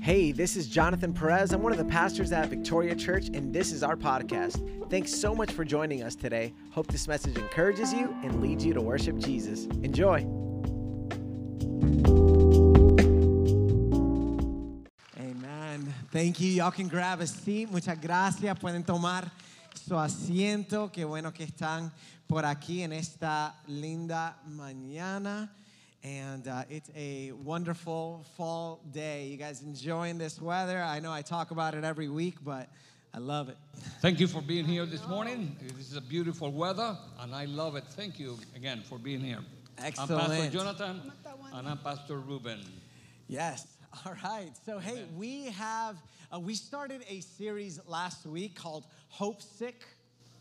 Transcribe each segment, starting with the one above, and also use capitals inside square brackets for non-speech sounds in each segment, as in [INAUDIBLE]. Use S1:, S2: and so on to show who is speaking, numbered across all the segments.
S1: Hey, this is Jonathan Perez. I'm one of the pastors at Victoria Church, and this is our podcast. Thanks so much for joining us today. Hope this message encourages you and leads you to worship Jesus. Enjoy.
S2: Amen. Thank you. Y'all can grab a seat. Muchas gracias. Pueden tomar su asiento. Qué bueno que están por aquí en esta linda mañana. And uh, it's a wonderful fall day. You guys enjoying this weather? I know I talk about it every week, but I love it.
S3: Thank you for being here this morning. This is a beautiful weather, and I love it. Thank you again for being here. I'm Pastor
S2: Excellent.
S3: Jonathan, and I'm Pastor Ruben.
S2: Yes. [LAUGHS] All right. So, hey, we have, uh, we started a series last week called Hope Sick.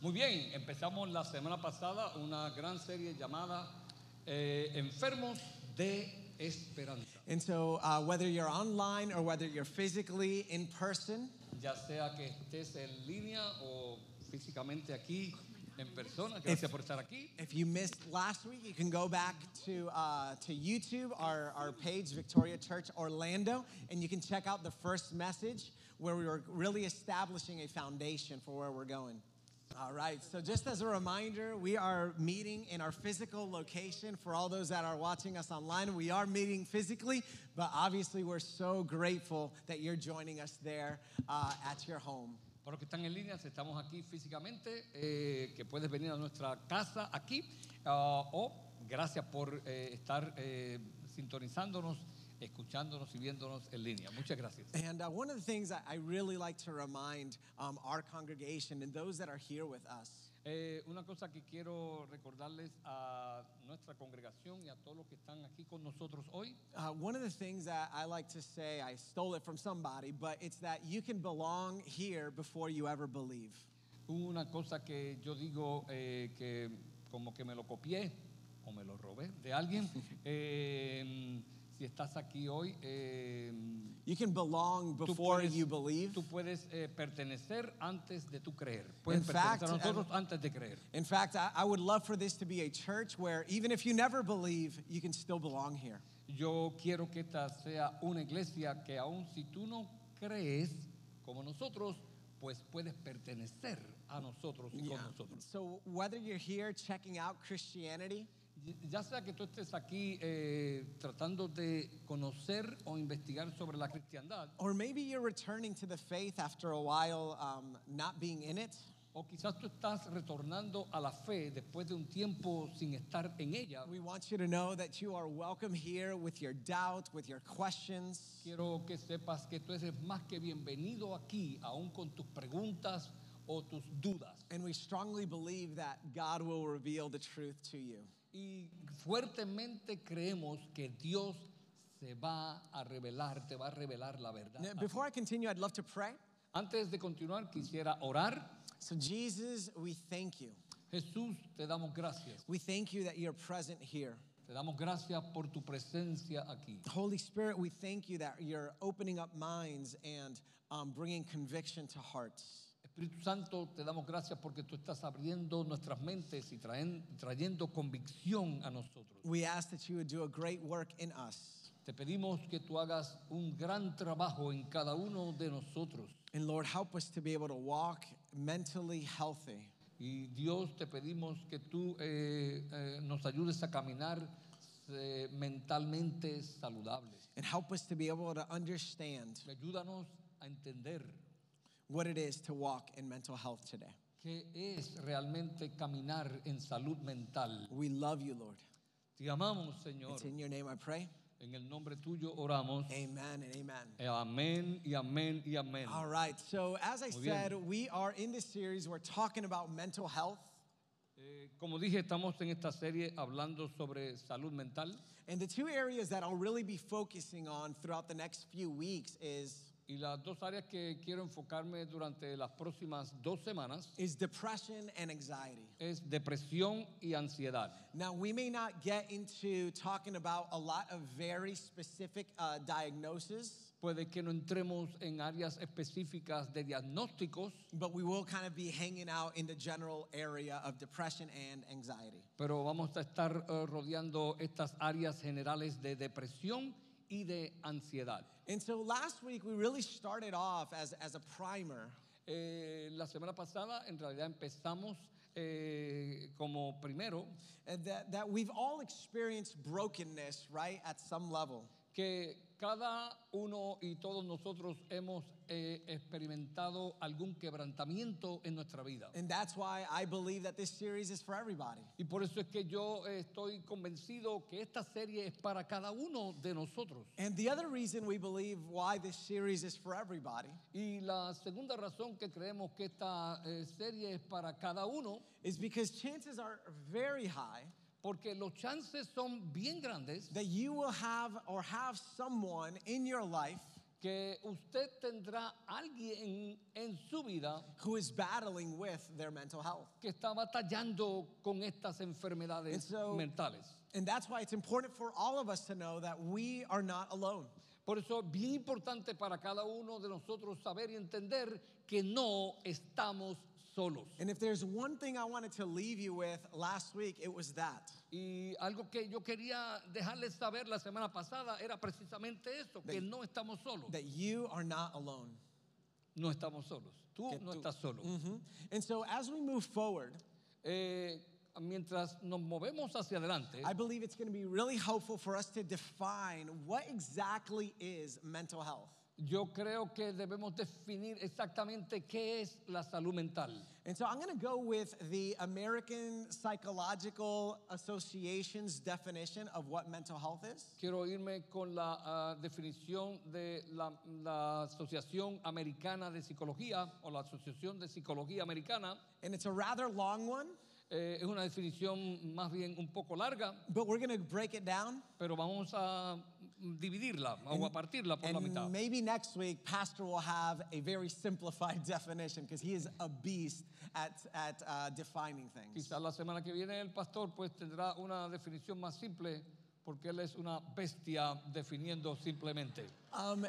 S3: Muy bien, empezamos la semana pasada una gran serie llamada eh, Enfermos de Esperanza.
S2: And so, uh, whether you're online or whether you're physically in person,
S3: Ya sea que estés en línea o físicamente aquí, en persona, gracias por estar aquí.
S2: if you missed last week, you can go back to uh, to YouTube, our, our page, Victoria Church Orlando, and you can check out the first message where we were really establishing a foundation for where we're going. All right, so just as a reminder, we are meeting in our physical location. For all those that are watching us online, we are meeting physically, but obviously, we're so grateful that you're joining us there uh, at your home.
S3: Para los que están en línea, si estamos aquí físicamente, eh, que puedes venir a nuestra casa aquí. ah, o gracias por eh, estar eh, sintonizándonos, escuchándonos y viéndonos en línea. Muchas gracias.
S2: And uh, one of the things that I really like to remind um, our congregation and those that are here with us
S3: Eh, una cosa que quiero recordarles a nuestra congregación y a todos los que están aquí con nosotros hoy,
S2: uh, one of the things that I like to say, I stole it from somebody, but it's that you can belong here before you ever believe.
S3: una cosa que yo digo eh, que como que me lo copié o me lo robé de alguien. [LAUGHS] Eh, si estás aquí hoy... eh,
S2: You can belong
S3: Tú
S2: before
S3: puedes-
S2: you believe.
S3: Tú puedes eh, pertenecer antes de tu creer. Puedes
S2: In
S3: pertenecer
S2: fact,
S3: a nosotros
S2: and-
S3: antes de creer.
S2: In fact, I, I would love for this to be a church where even if you never believe, you can still belong here.
S3: Yo quiero que esta sea una iglesia que aun si tú no crees como nosotros, pues puedes pertenecer a nosotros y con nosotros.
S2: So whether you're here checking out Christianity,
S3: Y- Ya sea que tú estés aquí eh, tratando de conocer o investigar sobre la cristiandad,
S2: or maybe you're returning to the faith after a while, um, not being in it,
S3: o quizás tú estás retornando a la fe después de un tiempo sin estar en ella,
S2: We want you to know that you are welcome here with your doubt, with your questions.
S3: Quiero que sepas que tú eres más que bienvenido aquí, aún con tus preguntas o tus dudas.
S2: And we strongly believe that God will reveal the truth to you.
S3: Y fuertemente creemos que Dios se va a revelar, te va a revelar la verdad.
S2: Now, before I continue, I'd love to pray.
S3: Antes de continuar, quisiera orar.
S2: So, Jesus, we thank you.
S3: Jesús, te damos gracias.
S2: We thank you that you're present here.
S3: Te damos gracias por tu presencia aquí.
S2: Holy Spirit, we thank you that you're opening up minds and um, bringing conviction to hearts.
S3: Espíritu Santo, te damos gracias porque tú estás abriendo nuestras mentes y traen- trayendo convicción a nosotros.
S2: We ask that you would do a great work in us
S3: Te pedimos que tú hagas un gran trabajo en cada uno de nosotros.
S2: and Lord, help us to be able to walk mentally healthy.
S3: Y Dios, te pedimos que tú eh, eh, nos ayudes a caminar eh, mentalmente saludables.
S2: and help us to be able to understand
S3: Ayúdanos a entender
S2: what it is to walk in mental health today.
S3: qué es realmente caminar en salud mental.
S2: We love you, Lord.
S3: Te amamos, Señor.
S2: It's in your name I pray.
S3: En el nombre tuyo oramos.
S2: Amen and amen.
S3: Eh, Amén y amén y amén.
S2: All right, so as I
S3: Muy bien.
S2: said, we are in this series, we're talking about mental health.
S3: Eh, como dije, estamos en esta serie hablando sobre salud mental.
S2: And the two areas that I'll really be focusing on throughout the next few weeks is,
S3: Y las dos áreas que quiero enfocarme durante las próximas dos semanas
S2: is depression and anxiety.
S3: es depresión y ansiedad.
S2: Now, we may not get into talking about a lot of very specific uh, diagnoses,
S3: Puede que no entremos en áreas específicas de diagnósticos,
S2: but we will kind of be hanging out in the general area of depression and anxiety.
S3: pero vamos a estar eh, rodeando estas áreas generales de depresión y de ansiedad.
S2: And so last week, we really started off as, as a primer
S3: Eh, la semana pasada en realidad empezamos eh, como primero
S2: uh, that, that we've all experienced brokenness, right, at some level.
S3: que cada uno y todos nosotros hemos eh, experimentado algún quebrantamiento en nuestra vida.
S2: And that's why I believe that this series is for everybody.
S3: Y por eso es que yo eh, estoy convencido que esta serie es para cada uno de nosotros.
S2: And the other reason we believe why this series is for everybody
S3: Y la segunda razón que creemos que esta eh, serie es para cada uno,
S2: is because chances are very high
S3: porque los chances son bien grandes
S2: that you will have or have someone in your life
S3: que usted tendrá alguien en su vida
S2: who is battling with their mental health.
S3: que está batallando con estas enfermedades
S2: And so-
S3: mentales.
S2: And that's why it's important for all of us to know that we are not alone.
S3: Por eso es bien importante para cada uno de nosotros saber y entender que no estamos solos.
S2: And if there's one thing I wanted to leave you with last week, it was that.
S3: Y algo que yo quería dejarles saber la semana pasada era precisamente eso, que no estamos solos.
S2: That you are not alone.
S3: No estamos solos. Tú
S2: Que
S3: no
S2: tú-
S3: estás solo.
S2: Mhm. And so as we move forward,
S3: Eh, mientras nos movemos hacia adelante,
S2: I believe it's going to be really helpful for us to define what exactly is mental health.
S3: yo creo que debemos definir exactamente qué es la salud mental.
S2: And so I'm going to go with the American Psychological Association's definition of what mental health is.
S3: Quiero irme con la ah, definición de la, la Asociación Americana de Psicología o la Asociación de Psicología Americana.
S2: And it's a rather long one,
S3: Eh, es una definición más bien un poco larga,
S2: but we're going to break it down.
S3: pero vamos a dividirla o a partirla por la mitad.
S2: And maybe next week, Pastor will have a very simplified [LAUGHS] definition because he is a beast at, at uh, defining things.
S3: Quizás la semana que viene el pastor pues tendrá una definición más simple porque él es una bestia definiendo simplemente.
S2: Um,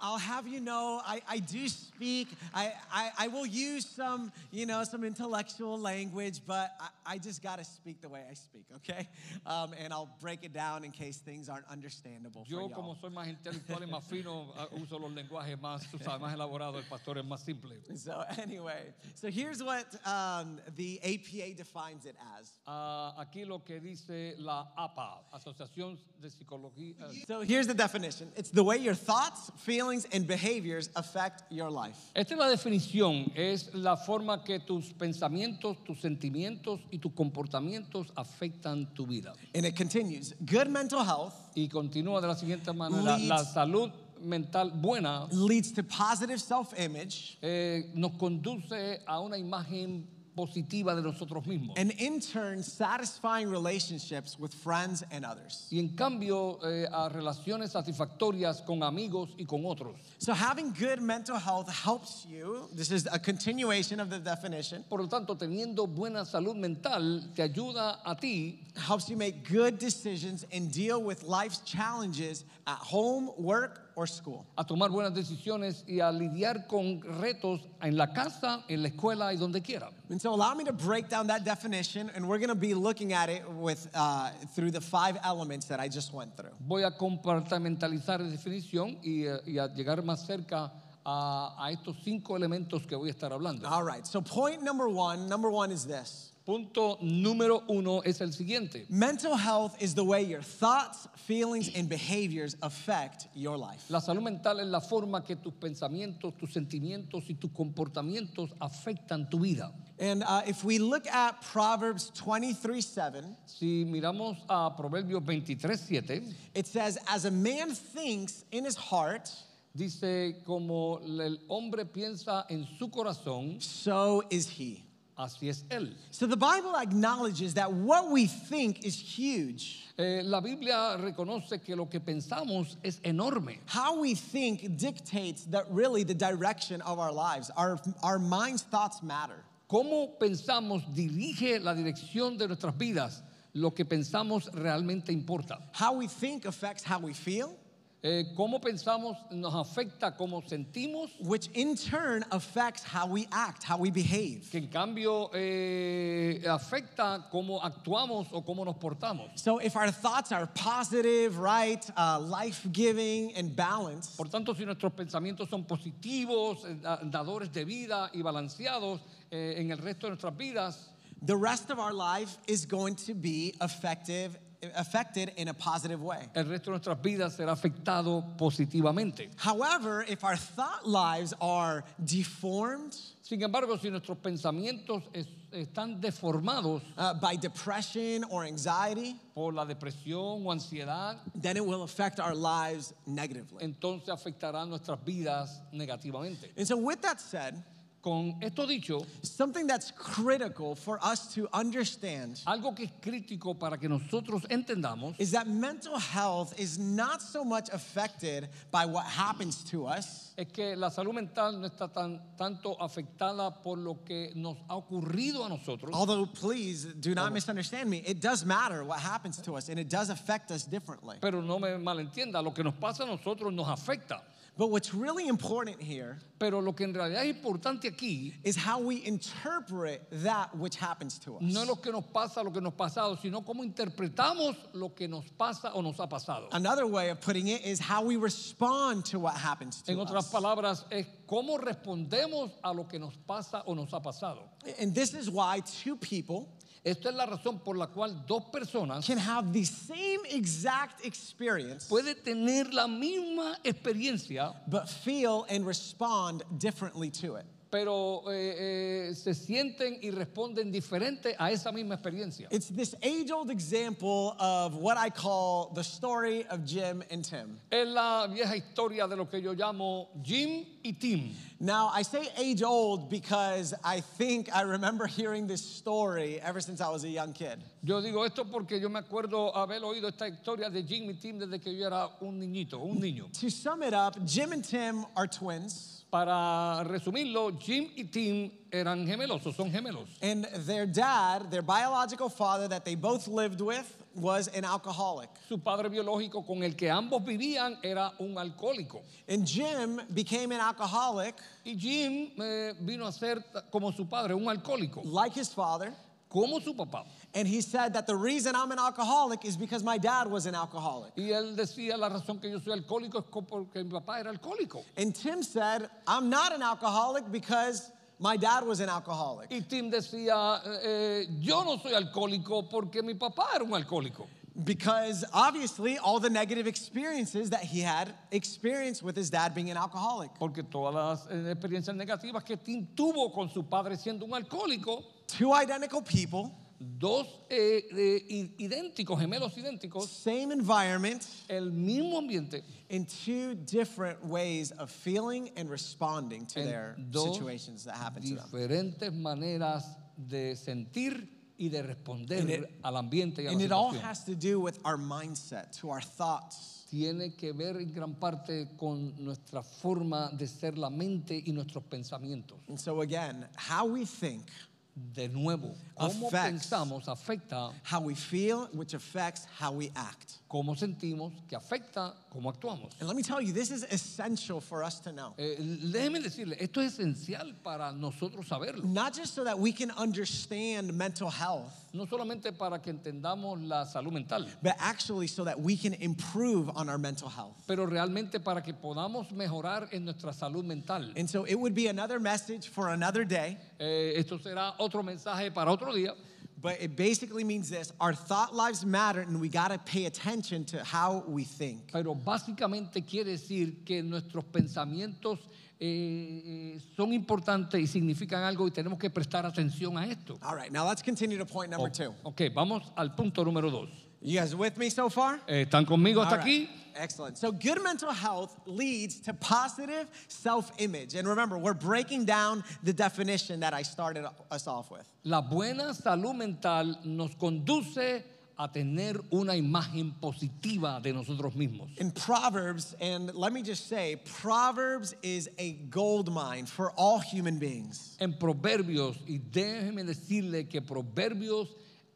S2: I'll have you know, I, I do speak. I, I, I will use some, you know, some intellectual language, but I, I just got to speak the way I speak, okay? Um, and I'll break it down in case things aren't understandable for
S3: Yo
S2: y'all.
S3: como soy más intelectual y más fino ah, uso los lenguajes más, tú sabes, más elaborados, el pastor es más simple.
S2: So [LAUGHS] anyway, so here's what um, the APA defines it as.
S3: Ah, aquí lo que dice la APA, Asociación de Psicología. eh,
S2: So here's the definition. It's the way your thoughts, feelings, and behaviors affect your life.
S3: Esta es la definición, es la forma que tus pensamientos, tus sentimientos y tus comportamientos afectan tu vida.
S2: And it continues. Good mental health
S3: Y continúa de la siguiente manera,
S2: Leads-
S3: la salud mental buena
S2: leads to positive self-image
S3: eh, nos conduce a una imagen positiva de nosotros mismos.
S2: and in turn satisfying relationships with friends and others.
S3: y en cambio eh, a relaciones satisfactorias con amigos y con otros.
S2: So having good mental health helps you. This is a continuation of the definition.
S3: Por lo tanto, teniendo buena salud mental te ayuda a ti
S2: Helps you make good decisions and deal with life's challenges at home, work, or school.
S3: a tomar buenas decisiones y a lidiar con retos en la casa, en la escuela y donde quiera.
S2: And so allow me to break down that definition, and we're going to be looking at it with uh, through the five elements that I just went through.
S3: Voy a compartimentalizar la definición y, eh, y a llegar más cerca a, a estos cinco elementos que voy a estar hablando.
S2: All right. So point number one. Number one is this:
S3: Punto número uno es el siguiente.
S2: mental health is the way your thoughts, feelings, and behaviors affect your life.
S3: La salud mental es la forma que tus pensamientos, tus sentimientos y tus comportamientos afectan tu vida.
S2: And uh, if we look at Proverbs 23, 7,
S3: Si miramos a Proverbios 23, 7,
S2: it says, "As a man thinks in his heart,
S3: dice, como el hombre piensa en su corazón,
S2: so is he."
S3: así es él.
S2: So the Bible acknowledges that what we think is huge.
S3: Eh, la Biblia reconoce que lo que pensamos es enorme.
S2: How we think dictates that really the direction of our lives. Our, our mind's thoughts matter.
S3: Cómo pensamos dirige la dirección de nuestras vidas. Lo que pensamos realmente importa.
S2: How we think affects how we feel,
S3: eh, cómo pensamos nos afecta cómo sentimos,
S2: which in turn affects how we act, how we behave.
S3: que en cambio eh, afecta cómo actuamos o cómo nos portamos.
S2: So if our thoughts are positive, right, uh, life giving, and balanced,
S3: Por tanto, si nuestros pensamientos son positivos, eh, da- dadores de vida y balanceados eh, en el resto de nuestras vidas,
S2: the rest of our life is going to be effective, affected in a positive way.
S3: el resto de nuestras vidas será afectado positivamente.
S2: However, if our thought lives are deformed
S3: Sin embargo, si nuestros pensamientos es- están deformados
S2: uh, by depression or anxiety,
S3: por la depresión o ansiedad,
S2: then it will affect our lives negatively.
S3: entonces afectará nuestras vidas negativamente.
S2: And so, with that said,
S3: Con esto dicho,
S2: something that's critical for us to understand
S3: algo que es crítico para que nosotros entendamos
S2: is that mental health is not so much affected by what happens to us,
S3: es que la salud mental no está tan, tanto afectada por lo que nos ha ocurrido a nosotros.
S2: although, please do not misunderstand me, it does matter what happens to us and it does affect us differently.
S3: Pero no me malentienda, lo que nos pasa a nosotros nos afecta.
S2: But what's really important here
S3: Pero lo que en realidad es importante aquí
S2: is how we interpret that which happens to us.
S3: no es lo que nos pasa, lo que nos ha pasado, sino cómo interpretamos lo que nos pasa o nos ha pasado.
S2: Another way of putting it is how we respond to what happens to
S3: En otras
S2: us.
S3: palabras, es cómo respondemos a lo que nos pasa o nos ha pasado.
S2: And this is why two people
S3: Esta es la razón por la cual dos personas
S2: can have the same exact experience,
S3: pueden tener la misma experiencia,
S2: but feel and respond differently to it.
S3: pero eh, eh, se sienten y responden diferente a esa misma experiencia.
S2: It's this age old example of what I call the story of Jim and Tim.
S3: Es la vieja historia de lo que yo llamo Jim y Tim.
S2: Now, I say age old because I think I remember hearing this story ever since I was a young kid.
S3: Yo digo esto porque yo me acuerdo haber oído esta historia de Jim y Tim desde que yo era un niñito, un niño.
S2: To sum it up, Jim and Tim are twins,
S3: Para resumirlo, Jim y Tim eran gemelos, o son gemelos.
S2: and their dad, their biological father that they both lived with, was an alcoholic.
S3: Su padre biológico con el que ambos vivían era un alcohólico.
S2: And Jim became an alcoholic
S3: Y Jim eh, vino a ser t- como su padre, un alcohólico,
S2: like his father.
S3: como su papá.
S2: And he said that the reason I'm an alcoholic is because my dad was an alcoholic.
S3: Y él decía, la razón que yo soy alcohólico es co- porque mi papá era alcohólico.
S2: And Tim said, I'm not an alcoholic because my dad was an alcoholic.
S3: Y Tim decía, eh, yo no soy alcohólico porque mi papá era un alcohólico.
S2: Because obviously, all the negative experiences that he had experienced with his dad being an alcoholic.
S3: Porque todas las eh, experiencias negativas que Tim tuvo con su padre siendo un alcohólico,
S2: Two identical people,
S3: dos eh, eh, i- idénticos, gemelos idénticos,
S2: same environment,
S3: el mismo ambiente,
S2: in two different ways of feeling and responding to
S3: En
S2: their
S3: dos
S2: situations that happen to them.
S3: diferentes maneras de sentir y de responder
S2: And it-
S3: al ambiente y a la
S2: And it all
S3: situación.
S2: has to do with our mindset, to our thoughts.
S3: Tiene que ver en gran parte con nuestra forma de ser la mente y nuestros pensamientos.
S2: And so, again, how we think,
S3: De nuevo, cómo
S2: Affects.
S3: pensamos afecta
S2: how we feel, which affects how we act.
S3: cómo sentimos, que afecta cómo actuamos.
S2: And let me tell you, this is essential for us to know.
S3: Eh, déjeme decirle, esto es esencial para nosotros saberlo.
S2: Not just so that we can understand mental health,
S3: No solamente para que entendamos la salud mental,
S2: but actually so that we can improve on our mental health.
S3: pero realmente para que podamos mejorar en nuestra salud mental.
S2: And so it would be another message for another day,
S3: Eh, esto será otro mensaje para otro día,
S2: but it basically means this our thought lives matter, and we gotta pay attention to how we think.
S3: pero básicamente quiere decir que nuestros pensamientos eh, eh, son importantes y significan algo y tenemos que prestar atención a esto.
S2: All right, now let's continue to point
S3: Oh.
S2: number two.
S3: Ok, vamos al punto número dos.
S2: You guys with me so far?
S3: Eh, ¿Están conmigo hasta
S2: All right.
S3: aquí?
S2: Excellent. So, good mental health leads to positive self image. And remember, we're breaking down the definition that I started us off with.
S3: La buena salud mental nos conduce a tener una imagen positiva de nosotros mismos.
S2: In Proverbs, and let me just say, Proverbs is a gold mine for all human beings.
S3: En Proverbios, y déjeme decirle que Proverbios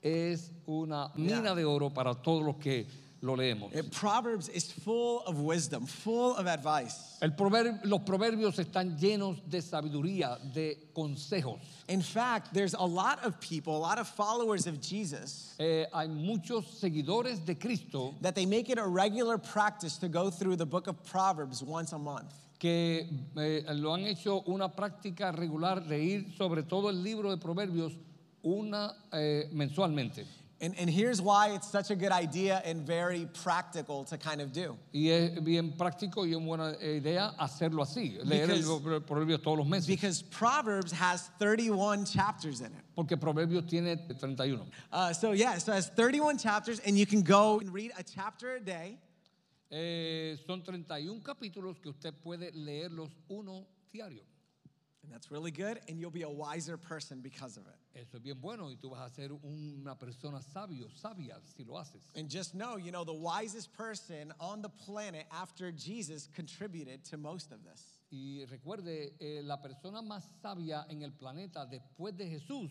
S3: es una mina
S2: Yeah.
S3: de oro para todos los que lo leemos.
S2: It- Proverbs is full of wisdom, full of advice.
S3: El prover- los proverbios están llenos de sabiduría, de consejos.
S2: In fact, there's a lot of people, a lot of followers of Jesus,
S3: Eh, hay muchos seguidores de Cristo
S2: that they make it a regular practice to go through the book of Proverbs once a month.
S3: que eh, lo han hecho una práctica regular de ir sobre todo el libro de proverbios una eh, mensualmente.
S2: And, and here's why it's such a good idea and very practical to kind of do.
S3: Y es bien práctico y es buena idea hacerlo así, leer el
S2: Because-
S3: pro- proverbios todos los meses,
S2: Because Proverbs has 31 chapters in it.
S3: porque proverbios tiene 31.
S2: Uh, so, yeah, so it has 31 chapters, and you can go and read a chapter a day.
S3: Eh, son 31 capítulos que usted puede leerlos uno diario.
S2: And that's really good, and you'll be a wiser person because of it.
S3: Eso es bien bueno y tú vas a ser una persona sabio, sabia si lo haces.
S2: And just know, you know, the wisest person on the planet after Jesus contributed to most of this.
S3: Y recuerde, eh, la persona más sabia en el planeta después de Jesús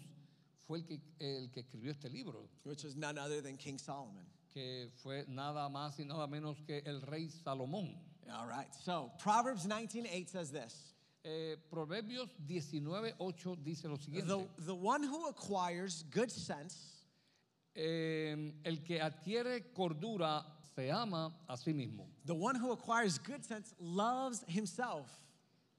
S3: fue el que, el que escribió este libro,
S2: which is none other than King Solomon.
S3: que fue nada más y nada menos que el rey Salomón.
S2: All right. So Proverbs 19:8 says this.
S3: Eh, Proverbios 19.8 dice lo siguiente.
S2: The, the one who acquires good sense
S3: Eh, el que adquiere cordura se ama a sí mismo.
S2: The one who acquires good sense loves himself.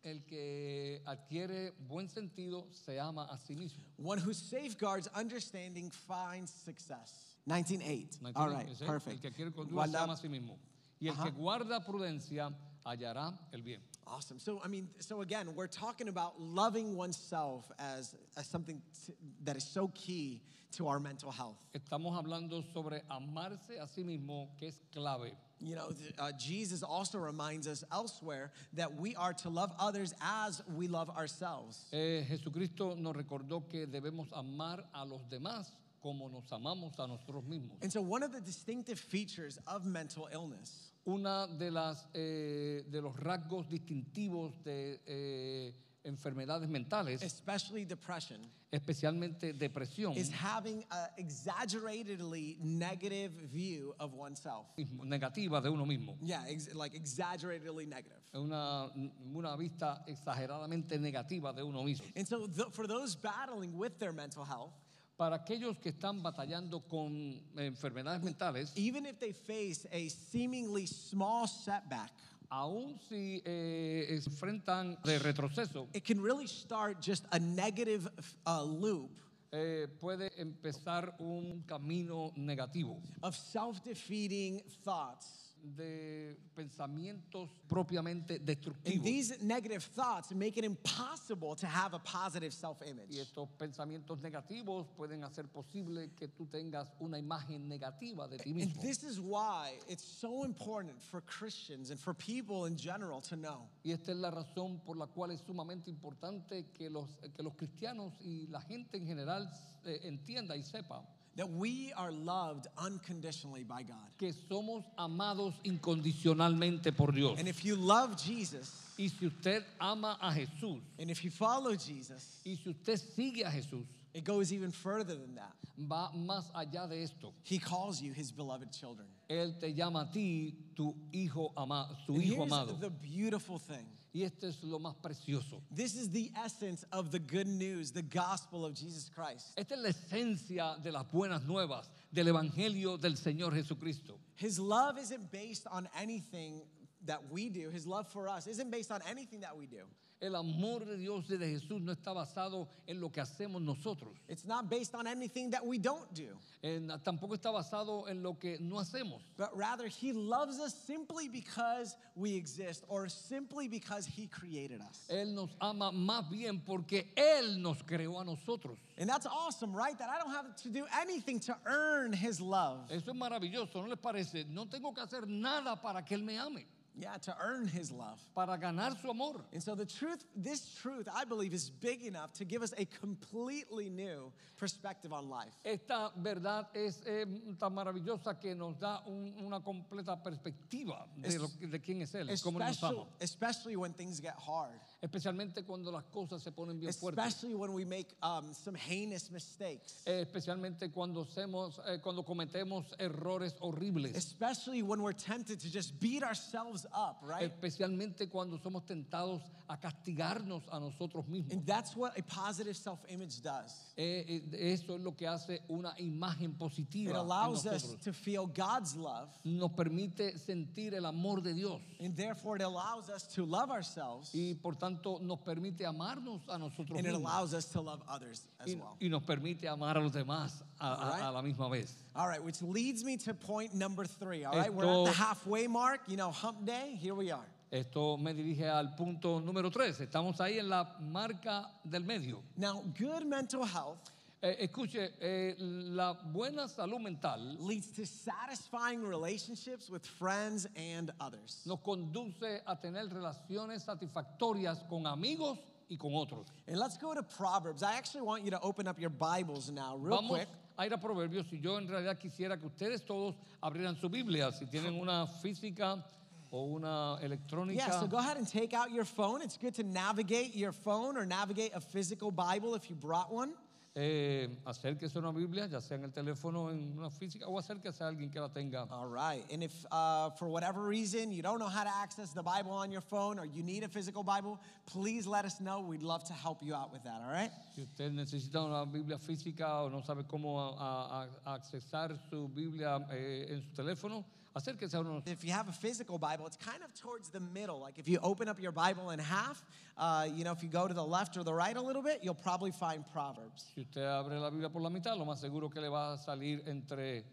S3: El que adquiere buen sentido se ama a sí mismo.
S2: One who safeguards understanding finds success. 19.8.
S3: ¿Me
S2: All
S3: entiendes?
S2: right,
S3: Ese es El
S2: perfect.
S3: que adquiere cordura se
S2: Guarda-
S3: ama a sí mismo. Y el que guarda prudencia hallará el bien.
S2: Awesome. So, I mean, so again, we're talking about loving oneself as, as something t- that is so key to our mental health.
S3: Estamos hablando sobre amarse a sí mismo, que es clave.
S2: You know, th- uh, Jesus also reminds us elsewhere that we are to love others as we love ourselves.
S3: Eh, Jesucristo nos recordó que debemos amar a los demás como nos amamos a nosotros mismos.
S2: And so, one of the distinctive features of mental illness
S3: Una de las eh, de los rasgos distintivos de eh, enfermedades mentales,
S2: especially depression,
S3: especialmente depresión,
S2: is having an exaggeratedly negative view of oneself.
S3: negativa de uno mismo.
S2: Yeah, ex- like exaggeratedly negative.
S3: Es Una, una vista exageradamente negativa de uno mismo.
S2: And so, th- for those battling with their mental health,
S3: Para aquellos que están batallando con enfermedades mentales,
S2: even if they face a seemingly small setback,
S3: aun si eh, se enfrentan de retroceso,
S2: it can really start just a negative uh, loop
S3: eh, puede empezar un camino negativo
S2: of self defeating thoughts.
S3: de pensamientos propiamente
S2: And
S3: destructivos.
S2: these negative thoughts make it impossible to have a positive self image.
S3: Y estos pensamientos negativos pueden hacer posible que tú tengas una imagen negativa de ti
S2: And
S3: mismo.
S2: this is why it's so important for Christians and for people in general to know
S3: Y esta es la razón por la cual es sumamente importante que los, que los cristianos y la gente en general eh, entienda y sepa
S2: that we are loved unconditionally by God.
S3: que somos amados incondicionalmente por Dios.
S2: And if you love Jesus
S3: Y si usted ama a Jesús,
S2: and if you follow Jesus,
S3: y si usted sigue a Jesús,
S2: it goes even further than that.
S3: va más allá de esto.
S2: He calls you his beloved children.
S3: Él te llama a ti tu hijo, ama, tu
S2: And
S3: hijo
S2: here's
S3: amado.
S2: the beautiful thing.
S3: Y esto es lo más precioso.
S2: This is the essence of the good news, the gospel of Jesus Christ.
S3: Esta es la esencia de las buenas nuevas del Evangelio del Señor Jesucristo.
S2: His love isn't based on anything that we do. His love for us isn't based on anything that we do.
S3: El amor de Dios y de Jesús no está basado en lo que hacemos nosotros.
S2: It's not based on anything that we don't do,
S3: En- tampoco está basado en lo que no hacemos.
S2: but rather He loves us simply because we exist or simply because He created us.
S3: Él nos ama más bien porque Él nos creó a nosotros.
S2: And that's awesome, right? That I don't have to do anything to earn His love.
S3: Eso es maravilloso, ¿no les parece? No tengo que hacer nada para que Él me ame,
S2: Yeah, to earn His love.
S3: para ganar su amor.
S2: And so the truth, this truth, I believe, is big enough to give us a completely new perspective on life.
S3: Esta verdad es eh, tan maravillosa que nos da un- una completa perspectiva de,
S2: Es-
S3: lo que- de quién es Él, cómo nos
S2: Especially,
S3: ama.
S2: especially when things get hard.
S3: especialmente cuando las cosas se ponen bien fuertes.
S2: especially when we make um, some heinous mistakes,
S3: Eh, especialmente cuando hacemos, eh, cuando cometemos errores horribles,
S2: especially when we're tempted to just beat ourselves up, right?
S3: especialmente cuando somos tentados a castigarnos a nosotros mismos.
S2: And that's what a positive self image does.
S3: Eh, eh, eso es lo que hace una imagen positiva.
S2: It
S3: en
S2: allows us
S3: nosotros.
S2: to feel God's love,
S3: Nos permite sentir el amor de Dios
S2: and therefore it allows us to love ourselves,
S3: y por tanto nos permite amarnos a nosotros
S2: and it
S3: mismos
S2: allows us to love others as
S3: y,
S2: well.
S3: y nos permite amar a los demás a, a-
S2: Alright.
S3: a la misma vez.
S2: All right, which leads me to point number three. All right, we're at the
S3: Esto-
S2: halfway mark. You know, hump day, here we are.
S3: Esto me dirige al punto número 3. Estamos ahí en la marca del medio.
S2: Now, good mental health
S3: Eh, escuche, eh, la buena salud mental
S2: leads to satisfying relationships with friends and others.
S3: nos conduce a tener relaciones satisfactorias con amigos y con otros.
S2: And let's go to Proverbs. I actually want you to open up your Bibles now, real
S3: Vamos
S2: quick.
S3: a ir a Proverbios y yo en realidad quisiera que ustedes todos abrieran su Biblia, si tienen una física o una electrónica.
S2: Yeah, so go ahead and take out your phone. It's good to navigate your phone or navigate a physical Bible if you brought one.
S3: eh, acérquese a una Biblia, ya sea en el teléfono, en una física, o acérquese a alguien que la tenga.
S2: All right. And if uh, for whatever reason you don't know how to access the Bible on your phone or you need a physical Bible, please let us know. We'd love to help you out with that. All right.
S3: Si usted necesita una Biblia física o no sabe cómo a- a- a- accesar su Biblia eh, en su teléfono, acérquese a uno.
S2: If you have a physical Bible, it's kind of towards the middle. Like if you open up your Bible in half, uh, you know, if you go to the left or the right a little bit, you'll probably find Proverbs.
S3: Si usted abre la Biblia por la mitad, lo más seguro que le va a salir entre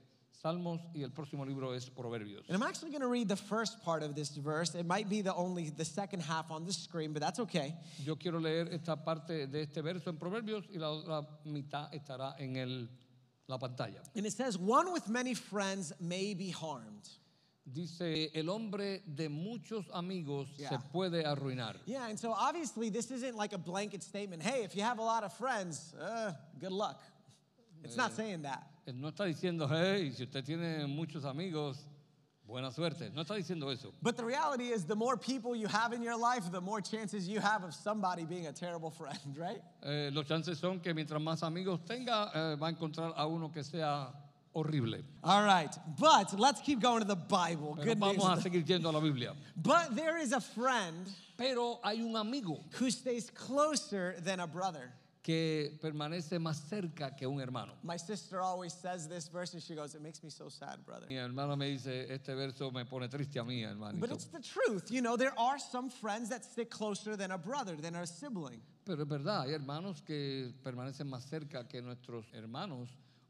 S3: Salmos y el próximo libro es Proverbios.
S2: And I'm actually going to read the first part of this verse. It might be the only the second half on the screen, but that's okay.
S3: Yo quiero leer esta parte de este verso en Proverbios y la otra mitad estará en el- la pantalla.
S2: And it says, "One with many friends may be harmed."
S3: Dice, el hombre de muchos amigos se
S2: Yeah.
S3: puede arruinar.
S2: Yeah, and so obviously this isn't like a blanket statement. Hey, if you have a lot of friends, uh, good luck. It's not saying that.
S3: Él No está diciendo, hey, si usted tiene muchos amigos, buena suerte. No está diciendo eso.
S2: But the reality is, the more people you have in your life, the more chances you have of somebody being a terrible [LAUGHS] friend, right?
S3: Eh, los chances son que mientras más amigos tenga, eh, va a encontrar a uno que sea horrible.
S2: All right, but let's keep going to the Bible.
S3: Pero
S2: Good news.
S3: vamos a seguir yendo a la Biblia.
S2: [LAUGHS] But there is a friend
S3: Pero hay un amigo
S2: who stays closer than a brother.
S3: que permanece más cerca que un hermano.
S2: My sister always says this verse, and she goes, "It makes me so sad, brother."
S3: Mi hermana me dice, este verso me pone triste a mí, hermanito.
S2: But it's the truth. You know, there are some friends that stick closer than a brother, than a sibling.
S3: Pero es verdad, hay hermanos que permanecen más cerca que nuestros hermanos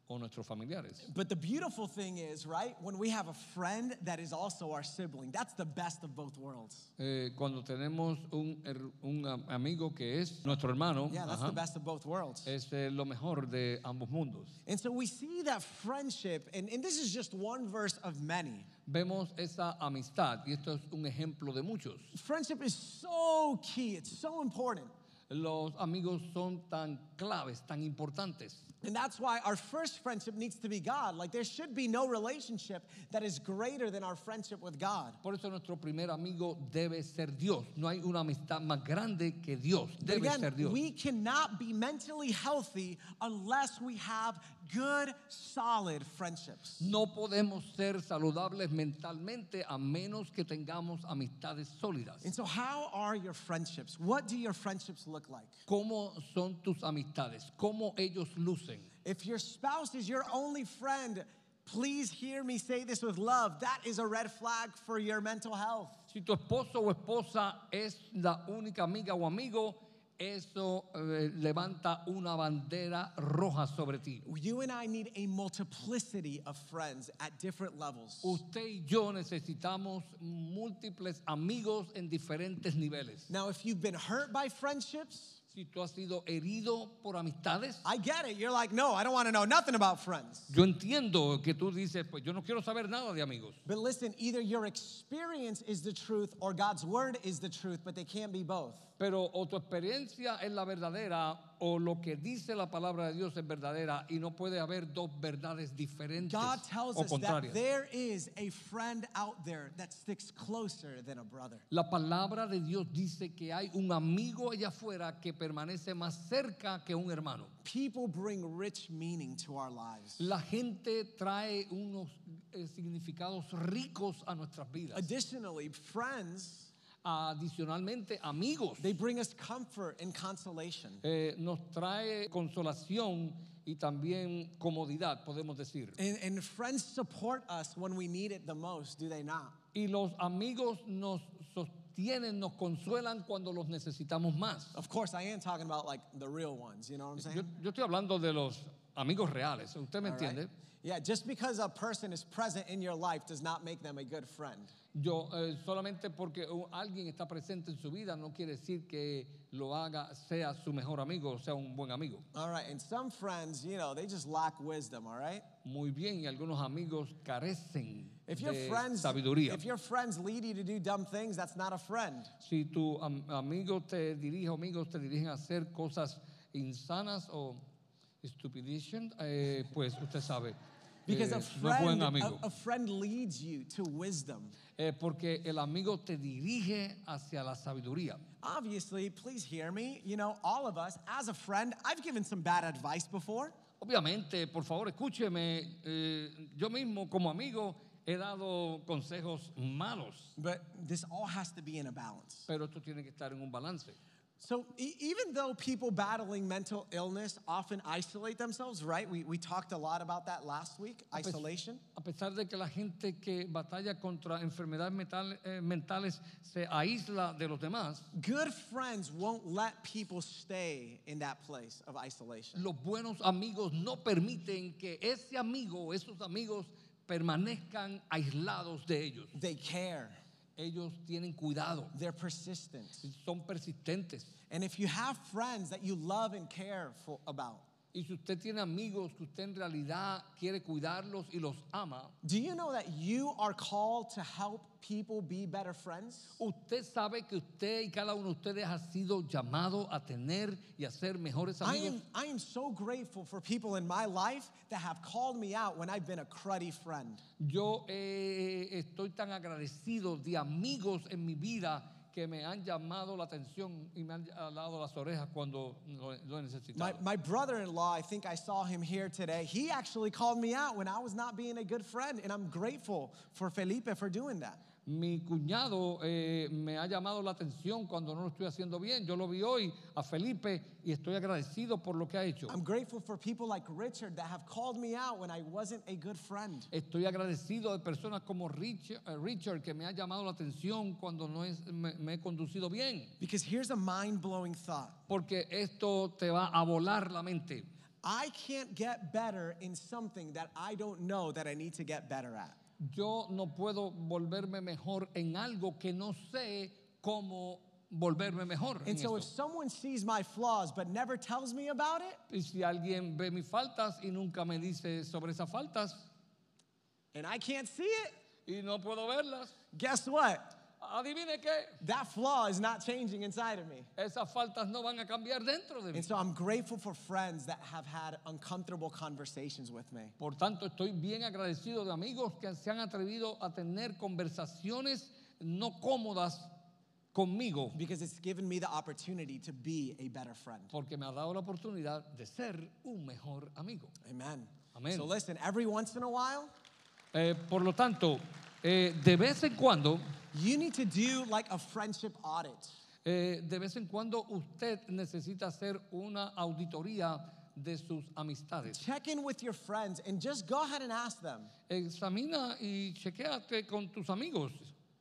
S3: o nuestros familiares.
S2: But the beautiful thing is, right, when we have a friend that is also our sibling, that's the best of both worlds.
S3: Eh, cuando tenemos un, her- un am- amigo que es nuestro hermano,
S2: Yeah, that's
S3: ajá,
S2: the best of both worlds.
S3: es eh, lo mejor de ambos mundos.
S2: And so we see that friendship, and, and this is just one verse of many.
S3: Vemos esa amistad, y esto es un ejemplo de muchos.
S2: Friendship is so key, it's so important.
S3: Los amigos son tan claves, tan importantes.
S2: And that's why our first friendship needs to be God. Like, there should be no relationship that is greater than our friendship with God.
S3: Por eso nuestro primer amigo debe ser Dios. No hay una amistad más grande que Dios.
S2: But
S3: Debe ser
S2: again,
S3: Dios.
S2: we cannot be mentally healthy unless we have good, solid friendships.
S3: No podemos ser saludables mentalmente a menos que tengamos amistades sólidas.
S2: And so, how are your friendships? What do your friendships look like?
S3: ¿Cómo son tus amistades? ¿Cómo ellos lucen?
S2: If your spouse is your only friend, please hear me say this with love. That is a red flag for your mental health.
S3: Si tu esposo o esposa es la única amiga o amigo, eso eh, levanta una bandera roja sobre ti.
S2: You and I need a multiplicity of friends at different levels.
S3: Usted y yo necesitamos múltiples amigos en diferentes niveles.
S2: Now, if you've been hurt by friendships,
S3: Si tú has sido herido por amistades,
S2: I get it. You're like, no, I don't want to know nothing about friends.
S3: yo entiendo que tú dices, pues yo no quiero saber nada de amigos.
S2: But listen, either your experience is the truth or God's word is the truth, but they can't be both.
S3: Pero o tu experiencia es la verdadera o lo que dice la palabra de Dios es verdadera y no puede haber dos verdades diferentes
S2: God tells
S3: o
S2: us that
S3: contrarias.
S2: there is a friend out there that sticks closer than a brother.
S3: La palabra de Dios dice que hay un amigo allá afuera que permanece más cerca que un hermano.
S2: People bring rich meaning to our lives.
S3: La gente trae unos eh, significados ricos a nuestras vidas.
S2: Additionally, friends,
S3: Adicionalmente, amigos
S2: they bring us comfort and consolation.
S3: eh, nos trae consolación y también comodidad, podemos decir.
S2: And, and friends support us when we need it the most, do they not?
S3: Y los amigos nos sostienen, nos consuelan cuando los necesitamos más.
S2: Of course, I am talking about like the real ones, you know what I'm saying?
S3: Yo, yo estoy hablando de los amigos reales, ¿usted me
S2: All right?
S3: entiende?
S2: Yeah, just because a person is present in your life does not make them a good friend.
S3: Yo eh, solamente porque u- alguien está presente en su vida no quiere decir que lo haga sea su mejor amigo o sea un buen amigo.
S2: All right, and some friends, you know, they just lack wisdom, all right?
S3: Muy bien, y algunos amigos carecen
S2: If your
S3: de
S2: friends
S3: sabiduría.
S2: if your friends lead you to do dumb things, that's not a friend.
S3: Si tu am- amigo te dirige, amigos te dirigen a hacer cosas insanas o stupidation, eh, pues usted sabe,
S2: [LAUGHS] Because
S3: eh,
S2: a
S3: no es
S2: friend
S3: buen
S2: a,
S3: amigo.
S2: a friend leads you to wisdom.
S3: Eh, porque el amigo te dirige hacia la sabiduría.
S2: Obviously, please hear me. You know, all of us, as a friend, I've given some bad advice before.
S3: Obviamente, por favor, escúcheme, eh, yo mismo como amigo he dado consejos malos,
S2: But this all has to be in a balance.
S3: pero esto tiene que estar en un balance.
S2: So, e- even though people battling mental illness often isolate themselves, right? We, we talked a lot about that last week
S3: pes-
S2: isolation.
S3: A pesar de que la gente que batalla contra enfermedades metal- eh, mentales se aísla de los demás,
S2: Good friends won't let people stay in that place of isolation.
S3: los buenos amigos no permiten que ese amigo o esos amigos permanezcan aislados de ellos.
S2: They care,
S3: Ellos tienen cuidado,
S2: they're persistent.
S3: son persistentes.
S2: And if you have friends that you love and care for, about,
S3: Y si usted tiene amigos que usted en realidad quiere cuidarlos y los ama,
S2: do you know that you are called to help people be better friends?
S3: usted sabe que usted y cada uno de ustedes ha sido llamado a tener y a ser mejores
S2: I
S3: amigos.
S2: am, I am so grateful for people in my life that have called me out when I've been a cruddy friend.
S3: Yo eh, estoy tan agradecido de amigos en mi vida que me han llamado la atención y me han jalado las orejas cuando lo, lo
S2: My,
S3: he necesitado.
S2: my brother in law, I think I saw him here today. He actually called me out when I was not being a good friend, and I'm grateful for Felipe for doing that.
S3: Mi cuñado eh, me ha llamado la atención cuando no lo estoy haciendo bien. Yo lo vi hoy a Felipe y estoy agradecido por lo que ha hecho.
S2: I'm grateful for people like Richard that have called me out when I wasn't a good friend.
S3: Estoy agradecido de personas como Rich- eh, Richard, que me ha llamado la atención cuando no es- me, me he conducido bien.
S2: Because here's a mind blowing thought
S3: Porque esto te va a volar la mente.
S2: I can't get better in something that I don't know that I need to get better at.
S3: Yo no puedo volverme mejor en algo que no sé cómo volverme mejor. en
S2: And so if
S3: esto.
S2: someone sees my flaws but never tells me about it,
S3: Y si alguien ve mis faltas y nunca me dice sobre esas faltas
S2: and I can't see it,
S3: y no puedo verlas,
S2: guess what?
S3: adivine qué,
S2: That flaw is not changing inside of me.
S3: esas faltas no van a cambiar dentro de mí.
S2: And so I'm grateful for friends that have had uncomfortable conversations with me.
S3: Por tanto, estoy bien agradecido de amigos que se han atrevido a tener conversaciones no cómodas conmigo,
S2: Because it's given me the opportunity to be a better friend.
S3: porque me ha dado la oportunidad de ser un mejor amigo.
S2: Amen.
S3: Amen.
S2: So listen, every once in a while,
S3: Eh, por lo tanto, eh, de vez en cuando,
S2: you need to do like a friendship audit.
S3: eh, de vez en cuando usted necesita hacer una auditoría de sus amistades.
S2: Check in with your friends and just go ahead and ask them,
S3: Examina y chequeate con tus amigos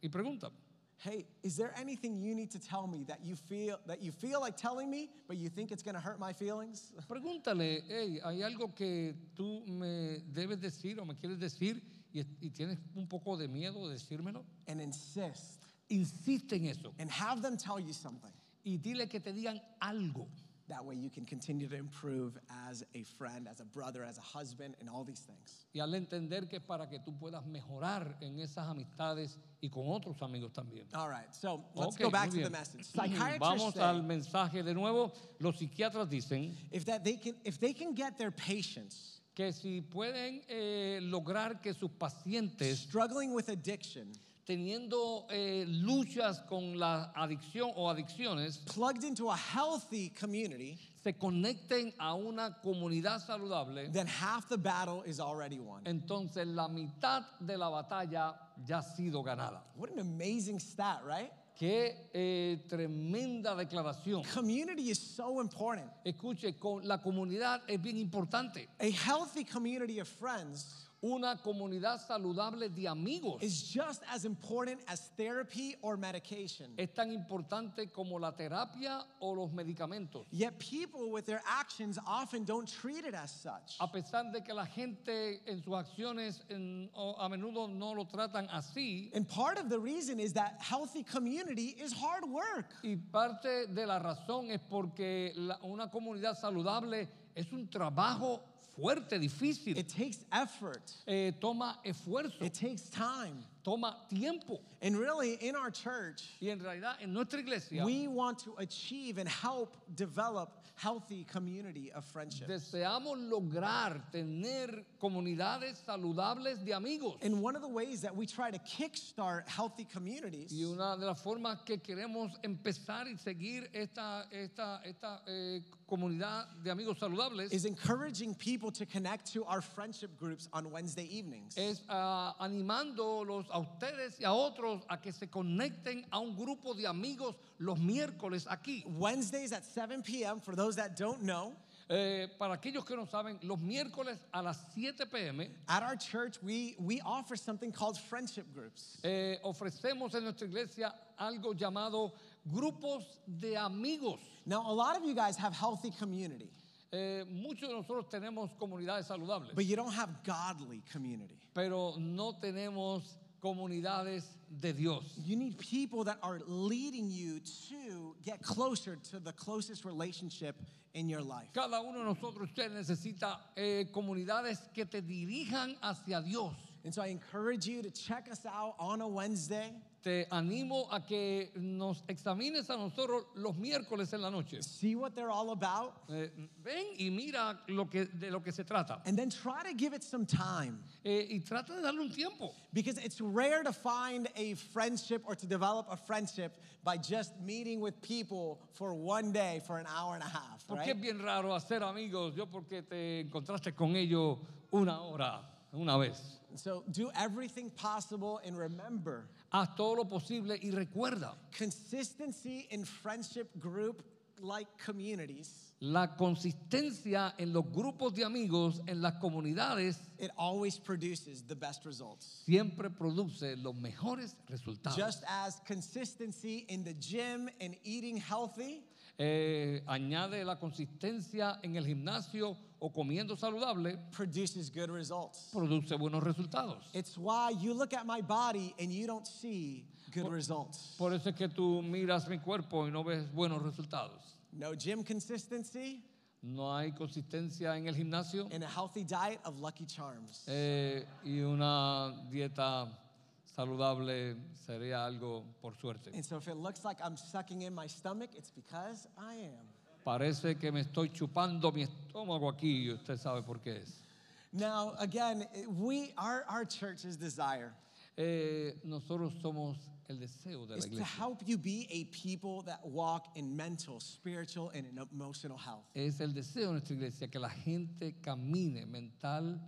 S3: y pregunta.
S2: "Hey, is there anything you need to tell me that you feel that you feel like telling me, but you think it's going to hurt my feelings?"
S3: Pregúntale, hey, hay algo que tú me debes decir o me quieres decir y, y tienes un poco de miedo de decírmelo.
S2: And insist
S3: Insiste en eso
S2: and have them tell you something.
S3: y dile que te digan algo.
S2: That way you can continue to improve as a friend, as a brother, as a husband, and all these things.
S3: Y al entender que es para que tú puedas mejorar en esas amistades y con otros amigos también.
S2: All right, so let's
S3: Ok,
S2: go back to
S3: muy
S2: the
S3: bien. [CLEARS THROAT]
S2: message. Psychiatrists
S3: Vamos al
S2: say
S3: mensaje de nuevo. Los psiquiatras dicen
S2: if, that they can, if they can get their patients
S3: que si pueden eh, lograr que sus pacientes
S2: struggling with addiction
S3: teniendo eh, luchas con la adicción o adicciones
S2: plugged into a healthy community,
S3: se conecten a una comunidad saludable,
S2: then half the battle is already won.
S3: entonces la mitad de la batalla ya ha sido ganada.
S2: What an amazing stat, right?
S3: Qué eh, tremenda declaración.
S2: Community is so important.
S3: Escuche, con la comunidad es bien importante.
S2: A healthy community of friends
S3: Una comunidad saludable de amigos
S2: is just as important as therapy or medication.
S3: es tan importante como la terapia o los medicamentos.
S2: Yet people with their actions often don't treat it as such.
S3: A pesar de que la gente en sus acciones en- o a menudo no lo tratan así,
S2: And part of the reason is that healthy community is hard work.
S3: y parte de la razón es porque la- una comunidad saludable es un trabajo fuerte, difícil,
S2: It takes effort.
S3: Eh, toma esfuerzo,
S2: It takes time.
S3: toma tiempo.
S2: And really in our church,
S3: Y en realidad en nuestra iglesia
S2: We want to achieve and help develop healthy community of friendship.
S3: deseamos lograr tener comunidades saludables de amigos.
S2: And one of the ways that we try to kickstart healthy communities
S3: Y una de las formas que queremos empezar y seguir esta, esta, esta eh, comunidad de amigos saludables
S2: is encouraging people to connect to our friendship groups on Wednesday evenings.
S3: es ah, animándolos a ustedes y a otros a que se conecten a un grupo de amigos los miércoles aquí.
S2: Wednesdays at 7 p.m., for those that don't know,
S3: Eh, para aquellos que no saben, los miércoles a las 7 pm
S2: at our church, we, we offer something called friendship groups.
S3: eh, ofrecemos en nuestra iglesia algo llamado grupos de amigos.
S2: Now, a lot of you guys have healthy community,
S3: Eh, muchos de nosotros tenemos comunidades saludables.
S2: but you don't have godly community.
S3: pero no tenemos comunidades de Dios.
S2: You need people that are leading you to get closer to the closest relationship in your life.
S3: Cada uno de nosotros, usted necesita eh, comunidades que te dirijan hacia Dios.
S2: And so I encourage you to check us out on a Wednesday,
S3: Te animo a que nos examines a nosotros los miércoles en la noche.
S2: see what they're all about,
S3: Eh, ven y mira lo que, de lo que se trata.
S2: and then try to give it some time
S3: Eh, y trata de darle un tiempo.
S2: because it's rare to find a friendship or to develop a friendship by just meeting with people for one day for an hour and a half,
S3: Porque
S2: right?
S3: es bien raro hacer amigos. Yo porque te encontraste con ellos una hora, una vez.
S2: And So do everything possible and remember
S3: Haz todo lo posible y recuerda.
S2: consistency in friendship group like communities.
S3: La consistencia en los grupos de amigos, en las comunidades,
S2: it always produces the best results.
S3: siempre produce los mejores resultados.
S2: Just as consistency in the gym and eating healthy
S3: Eh, añade la consistencia en el gimnasio o comiendo saludable,
S2: produces good results.
S3: produce buenos resultados.
S2: It's why you look at my body and you don't see good results.
S3: Por eso es que tú miras mi cuerpo y no ves buenos resultados.
S2: No gym consistency
S3: No hay consistencia en el gimnasio
S2: and a healthy diet of Lucky Charms.
S3: eh, y una dieta saludable sería algo por suerte.
S2: And so if it looks like I'm sucking in my stomach, it's because I am.
S3: Parece que me estoy chupando mi estómago aquí y usted sabe por qué es.
S2: Now, again, we our, our church's desire
S3: Eh, nosotros somos el deseo de la
S2: is to
S3: iglesia.
S2: help you be a people that walk in mental, spiritual, and in emotional health.
S3: Es el deseo de nuestra iglesia que la gente camine mental,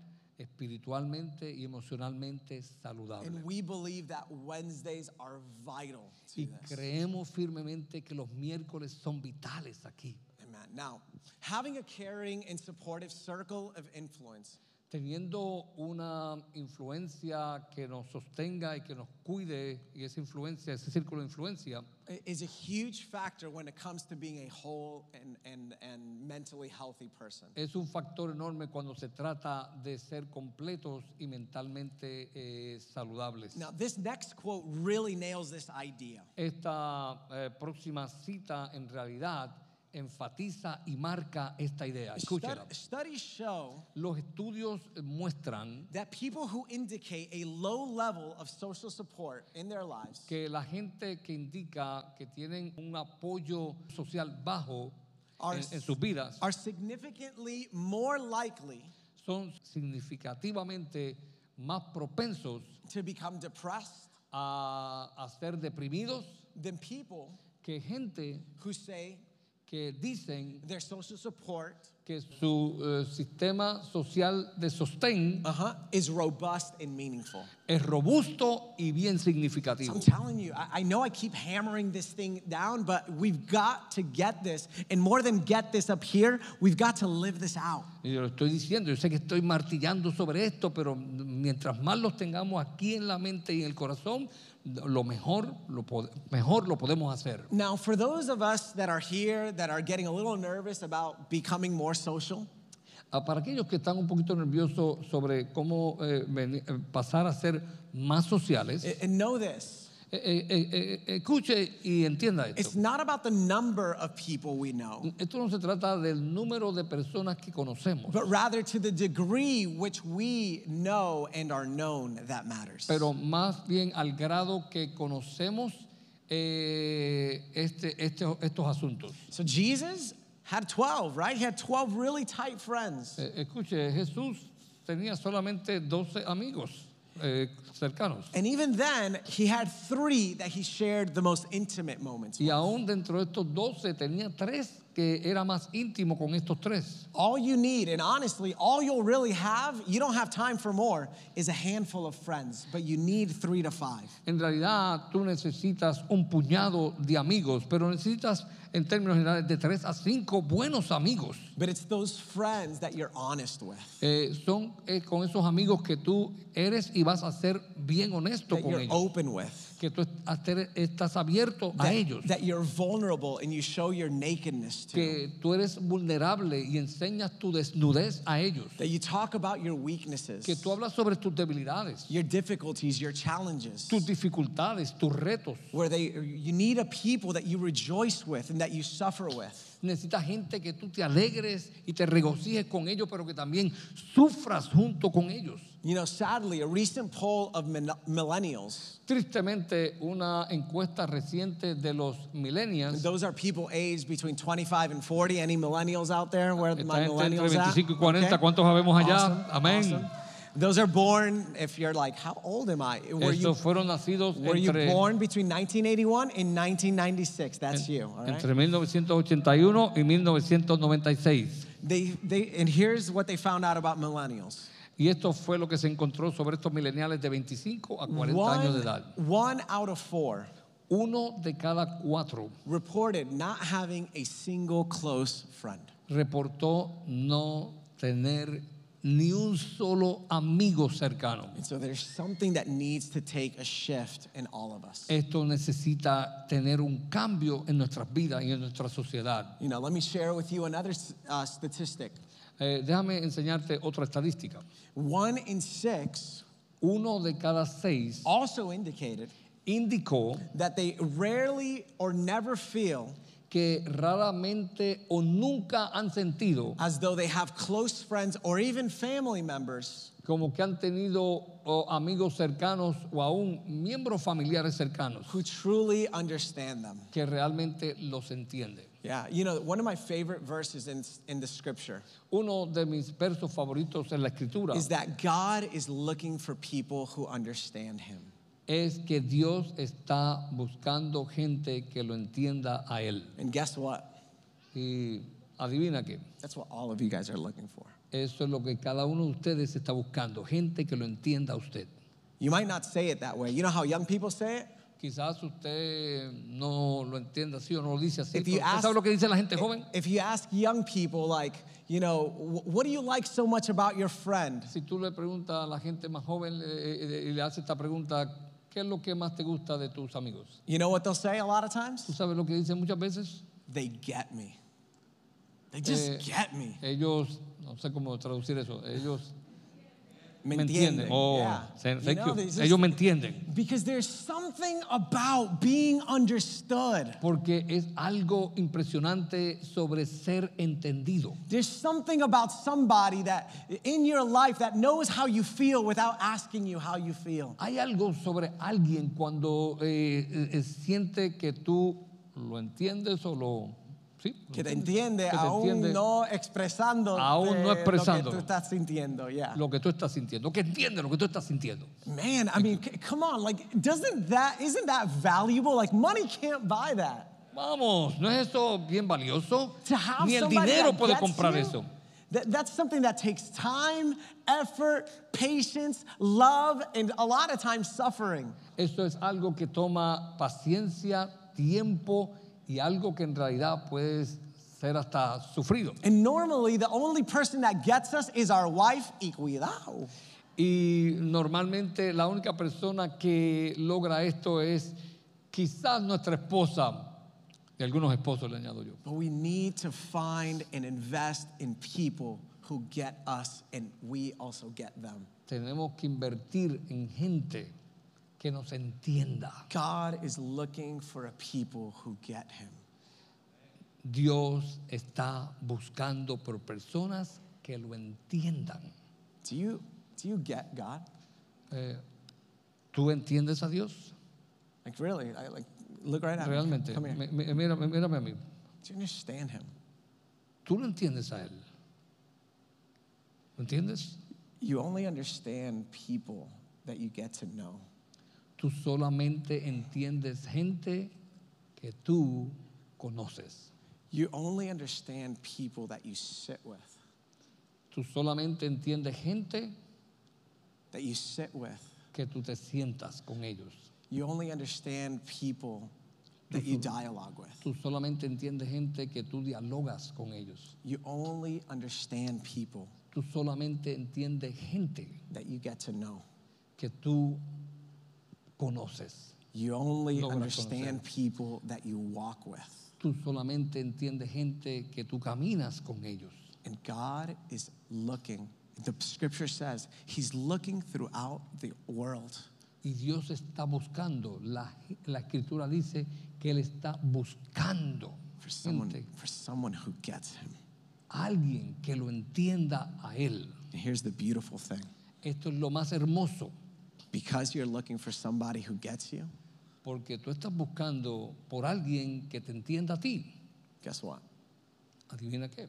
S3: espiritualmente y emocionalmente saludable.
S2: And we believe that Wednesdays are vital to
S3: Y
S2: this.
S3: creemos firmemente que los miércoles son vitales aquí.
S2: Amen. Now, having a caring and supportive circle of influence
S3: Teniendo una influencia que nos sostenga y que nos cuide, y esa influencia, ese círculo de influencia,
S2: i- is a huge factor when it comes to being a whole and, and, and mentally healthy person.
S3: es un factor enorme cuando se trata de ser completos y mentalmente eh, saludables.
S2: Now, this next quote really nails this idea.
S3: Esta eh, próxima cita en realidad enfatiza y marca esta idea. Escúchela.
S2: Stud- studies show
S3: Los estudios muestran
S2: that people who indicate a low level of social support in their lives
S3: que la gente que indica que tienen un apoyo social bajo
S2: Are-
S3: en, en sus vidas
S2: are significantly more likely
S3: son significativamente más propensos
S2: to become depressed
S3: a, a ser deprimidos
S2: than people
S3: que gente
S2: who say
S3: que dicen
S2: their social support
S3: que su eh, sistema social de sostén
S2: uh-huh, is robust and meaningful.
S3: es robusto y bien
S2: So
S3: significativo.
S2: I'm telling you, I, I know I keep hammering this thing down, but we've got to get this. And more than get this up here, we've got to live this out.
S3: Y yo lo estoy diciendo, yo sé que estoy martillando sobre esto, pero mientras más los tengamos aquí en la mente y en el corazón, lo mejor lo, pod- mejor lo podemos hacer.
S2: Now, for those of us that are here that are getting a little nervous about becoming more social,
S3: Ah, Para aquellos que están un poquito nerviosos sobre cómo eh, veni- eh, pasar a ser más sociales, eh,
S2: a- and know this
S3: eh, eh, eh, escuche y entienda
S2: it's
S3: esto.
S2: not about the number of people we know,
S3: Esto no se trata del número de personas que conocemos,
S2: but rather to the degree which we know and are known that matters.
S3: pero más bien al grado que conocemos eh, este- este- estos asuntos.
S2: So Jesus had 12, right? He had 12 really tight friends.
S3: Eh, escuche, Jesús tenía solamente 12 amigos eh, cercanos.
S2: And even then, he had three that he shared the most intimate moments
S3: Y
S2: with.
S3: aún dentro de estos 12 tenía tres que era más íntimo con estos tres.
S2: All you need, and honestly, all you'll really have, you don't have time for more, is a handful of friends, but you need three to five.
S3: En realidad tú necesitas un puñado de amigos, pero necesitas en términos generales de tres a cinco buenos amigos.
S2: But it's those friends that you're honest with,
S3: Eh, son eh, con esos amigos que tú eres y vas a ser bien honesto
S2: that
S3: con
S2: you're
S3: ellos.
S2: open with,
S3: Que tú est- a ter- estás abierto a ellos.
S2: that, that you're vulnerable and you show your nakedness to,
S3: Que tú eres vulnerable y enseñas tu desnudez a ellos.
S2: that you talk about your
S3: que
S2: weaknesses,
S3: tú hablas sobre tus debilidades,
S2: your difficulties, your challenges.
S3: tus dificultades, tus retos.
S2: where they you need a people that you rejoice with and that you suffer with
S3: Necesitas gente que tú te alegres y te regocijes con ellos, pero que también sufras junto con ellos.
S2: you know sadly a recent poll of min- millennials
S3: Tristemente, una encuesta reciente de los millennials,
S2: those are people aged between 25 and 40 any millennials out there where are
S3: Esta
S2: my
S3: gente entre
S2: millennials ah, at
S3: 25 y 40, ¿cuántos habemos allá? Amén.
S2: those are born if you're like how old am i were you
S3: estos fueron nacidos
S2: were you
S3: entre,
S2: born between 1981 and 1996 that's you all right
S3: entre 1981 y 1996.
S2: they, they and here's what they found out about millennials
S3: Y esto fue lo que se encontró sobre estos millennials de 25 a 40 años de
S2: one,
S3: edad.
S2: one out of four
S3: Uno de cada cuatro
S2: reported not having a single close friend.
S3: reportó no tener ni un solo amigo cercano.
S2: And so there's something that needs to take a shift in all of us.
S3: Esto necesita tener un cambio en nuestras vidas y en nuestra sociedad.
S2: You know, let me share with you another uh, statistic.
S3: Eh, déjame enseñarte otra estadística.
S2: One in six
S3: Uno de cada seis
S2: also indicated
S3: indicó
S2: that they rarely or never feel
S3: que raramente o nunca han sentido
S2: as though they have close friends or even family members
S3: como que han tenido o, amigos cercanos o aún miembros familiares cercanos
S2: who truly understand them.
S3: que realmente los entienden.
S2: Yeah, you know, one of my favorite verses in, in the scripture
S3: Uno de mis versos favoritos en la escritura
S2: is that God is looking for people who understand him.
S3: es que Dios está buscando gente que lo entienda a Él.
S2: And guess what?
S3: Y adivina qué,
S2: That's what all of you guys are looking for.
S3: eso es lo que cada uno de ustedes está buscando, gente que lo entienda a usted.
S2: You might not say it that way. You know how young people say it?
S3: Quizás usted no lo entienda así o no lo dice así.
S2: If
S3: pero
S2: you
S3: ¿Usted
S2: ask-
S3: sabe lo que dice la
S2: eh,
S3: gente joven?
S2: If you ask young people, like, you know, "Wh- what do you like so much about your friend?
S3: Si tú le preguntas a la gente más joven eh, eh, y le haces esta pregunta, ¿qué es lo que más te gusta de tus amigos?
S2: You know what they'll say a lot of
S3: ¿Tú
S2: times?
S3: sabes lo que dicen muchas veces?
S2: They get me. They just
S3: Eh,
S2: get me.
S3: Ellos, no sé cómo traducir eso, ellos
S2: Me
S3: me entienden.
S2: entienden.
S3: Oh,
S2: Yeah.
S3: thank
S2: You
S3: thank
S2: know,
S3: you.
S2: there's just-
S3: Ellos me entienden.
S2: Because there's something about being understood.
S3: Porque es algo impresionante sobre ser entendido.
S2: There's something about somebody that in your life that knows how you feel without asking you how you feel.
S3: Hay algo sobre alguien cuando eh, eh, eh, siente que tú lo entiendes o lo... Sí, lo
S2: Que te
S3: entiendes,
S2: entiende,
S3: que te
S2: aún
S3: entiende
S2: no expresando
S3: Aún no
S2: lo que
S3: expresándolo.
S2: tú estás sintiendo. Yeah.
S3: lo que tú estás sintiendo, que entiende lo que tú estás sintiendo.
S2: Man, I mean, c- come on, like, doesn't that, isn't that valuable? Like, money can't buy that.
S3: Vamos, ¿no es eso bien valioso?
S2: To have
S3: Ni el
S2: somebody
S3: dinero
S2: that
S3: puede
S2: gets
S3: comprar
S2: you,
S3: eso.
S2: that- that's something that takes time, effort, patience, love, and a lot of times suffering.
S3: Eso es algo que toma paciencia, tiempo y algo que en realidad puede ser hasta sufrido.
S2: And normally, the only person that gets us is our wife, y cuidado.
S3: Y normalmente la única persona que logra esto es quizás nuestra esposa, y algunos esposos le añado yo.
S2: But we need to find and invest in people who get us, and we also get them.
S3: Tenemos que invertir en gente que nos entienda.
S2: God is looking for a people who get Him.
S3: Dios está buscando por personas que lo entiendan.
S2: Do you, do you get God?
S3: Eh, ¿Tú entiendes a Dios?
S2: Like, really? I, like, look right at me.
S3: Realmente.
S2: Come here.
S3: Mi- mi- mírame, mírame a mí.
S2: Do you understand Him?
S3: Tú lo entiendes a Él. ¿Lo entiendes?
S2: You only understand people that you get to know.
S3: Tú solamente entiendes gente que tú conoces.
S2: You only understand people that you sit with,
S3: Tú solamente entiendes gente
S2: that you sit with.
S3: que tú te sientas con ellos.
S2: You only understand people that you dialogue with.
S3: Tú solamente entiendes gente que tú dialogas con ellos.
S2: You only understand people
S3: Tú solamente entiendes gente
S2: that you get to know.
S3: que tú conoces.
S2: You only
S3: Logras
S2: understand people that you walk with.
S3: Tú solamente entiendes gente que tú caminas con ellos.
S2: And God is looking. The scripture says he's looking throughout the world.
S3: Y Dios está buscando. La, la escritura dice que Él está buscando
S2: For someone,
S3: gente,
S2: for someone who gets him.
S3: alguien que lo entienda a Él.
S2: And here's the beautiful thing
S3: Esto es lo más hermoso,
S2: because you're looking for somebody who gets you,
S3: porque tú estás buscando por alguien que te entienda a ti.
S2: guess what?
S3: Adivina qué.